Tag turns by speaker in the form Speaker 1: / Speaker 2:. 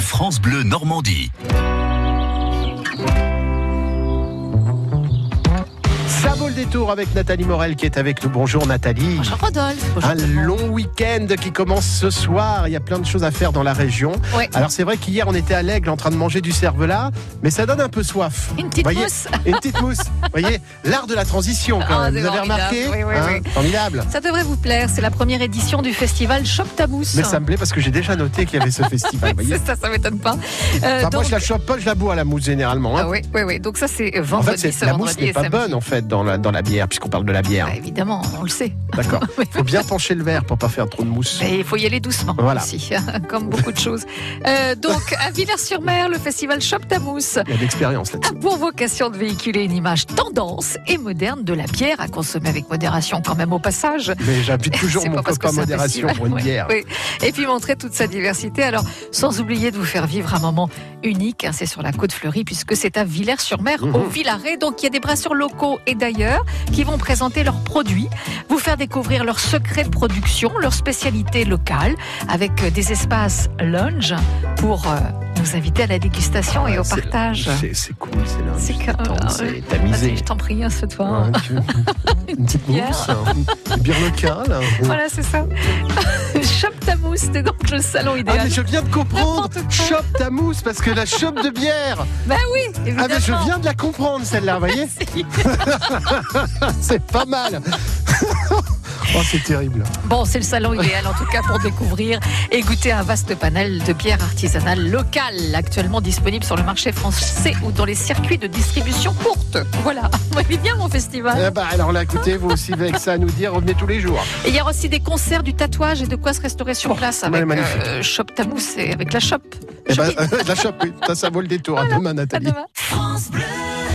Speaker 1: France Bleu Normandie.
Speaker 2: Ça vaut le détour avec Nathalie Morel qui est avec nous. Bonjour Nathalie.
Speaker 3: Bonjour Rodolphe. Bonjour
Speaker 2: Un
Speaker 3: tout le monde.
Speaker 2: long week-end qui commence ce soir. Il y a plein de choses à faire dans la région.
Speaker 3: Ouais.
Speaker 2: Alors c'est vrai qu'hier on était à l'aigle en train de manger du cervelas, mais ça donne un peu soif.
Speaker 3: Une petite
Speaker 2: Voyez,
Speaker 3: mousse.
Speaker 2: Une petite mousse. Vous voyez, l'art de la transition quand
Speaker 3: Ah,
Speaker 2: même.
Speaker 3: c'est
Speaker 2: Vous avez
Speaker 3: formidable.
Speaker 2: remarqué Hein
Speaker 3: Oui, oui, oui.
Speaker 2: Formidable.
Speaker 3: Ça devrait vous plaire. C'est la première édition du festival Chope ta mousse.
Speaker 2: Mais ça me plaît parce que j'ai déjà noté qu'il y avait ce festival. vous voyez. Oh.
Speaker 3: C'est ça, ça m'étonne pas. Euh,
Speaker 2: Enfin, moi
Speaker 3: donc-
Speaker 2: je la chope pas, je la bois la mousse généralement. hein.
Speaker 3: Ah oui, oui, oui. Donc ça, c'est
Speaker 2: en
Speaker 3: vendredi.
Speaker 2: fait, c'est-
Speaker 3: ce
Speaker 2: la mousse
Speaker 3: vendredi
Speaker 2: n'est
Speaker 3: et
Speaker 2: pas
Speaker 3: samedi.
Speaker 2: bonne en fait dans la, dans la bière puisqu'on parle de la bière.
Speaker 3: Bah, évidemment, on le sait.
Speaker 2: D'accord. Faut bien pencher le verre pour pas faire trop de mousse.
Speaker 3: Mais il faut y aller doucement
Speaker 2: Voilà.
Speaker 3: aussi, comme beaucoup de choses. Euh, donc, à Villers-sur-Mer, le festival Chope ta mousse
Speaker 2: Il y a de l'expérience là-dessus.
Speaker 3: a pour vocation de véhiculer une image tendance et moderne de la bière à consommer avec modération quand même au passage.
Speaker 2: Mais j'invite toujours
Speaker 3: C'est
Speaker 2: mon
Speaker 3: pas parce que
Speaker 2: copain
Speaker 3: c'est un
Speaker 2: modération
Speaker 3: festival,
Speaker 2: pour une
Speaker 3: ouais,
Speaker 2: bière.
Speaker 3: oui. Et puis montrer toute sa diversité. Alors, sans oublier de vous faire vivre un moment unique, hein, c'est sur la côte fleurie, puisque c'est à Villers-sur-Mer,
Speaker 2: Mhm.
Speaker 3: au Villaret. Donc, il y a des brasseurs locaux et d'ailleurs qui vont présenter leurs produits, vous faire découvrir leurs secrets de production, leurs spécialités locales, avec euh, des espaces lunch pour euh, nous inviter à la dégustation et au
Speaker 2: Ah, C'est-
Speaker 3: partage.
Speaker 2: C'est c'est cool, c'est là.
Speaker 3: C'est euh, que-
Speaker 2: C'est
Speaker 3: Vas-y,
Speaker 2: tamisé.
Speaker 3: je t'en prie, hein, ce toi
Speaker 2: Ouais, tu- Une petite
Speaker 3: bière.
Speaker 2: mousse, hein. une bière locale. hein.
Speaker 3: Voilà, c'est ça. Chope ta mousse, c'est donc le salon
Speaker 2: Ah
Speaker 3: idéal.
Speaker 2: mais je viens de comprendre
Speaker 3: N'importe quoi.
Speaker 2: Chope ta mousse parce que la chope de bière
Speaker 3: Ben oui, évidemment.
Speaker 2: Ah mais je viens de la comprendre celle-là, vous voyez C'est pas mal Oh c'est terrible
Speaker 3: Bon, c'est le salon idéal en tout cas pour découvrir et goûter un vaste panel de bières artisanales locales actuellement disponibles sur le marché français ou dans les circuits de distribution courte. Voilà, vous aimez bien mon festival.
Speaker 2: Eh bah, Alors là écoutez, vous aussi avec ça à nous dire, revenez tous les jours.
Speaker 3: Et il y a aussi des concerts, du tatouage et de quoi se restaurer sur place avec
Speaker 2: magnifique.
Speaker 3: euh, Shop Tamous et avec la Shop.
Speaker 2: Eh ben,
Speaker 3: Shopping.
Speaker 2: la chope, oui, ça, ça vaut le détour. À demain
Speaker 3: À
Speaker 2: Nathalie.
Speaker 3: demain.
Speaker 4: France Bleu.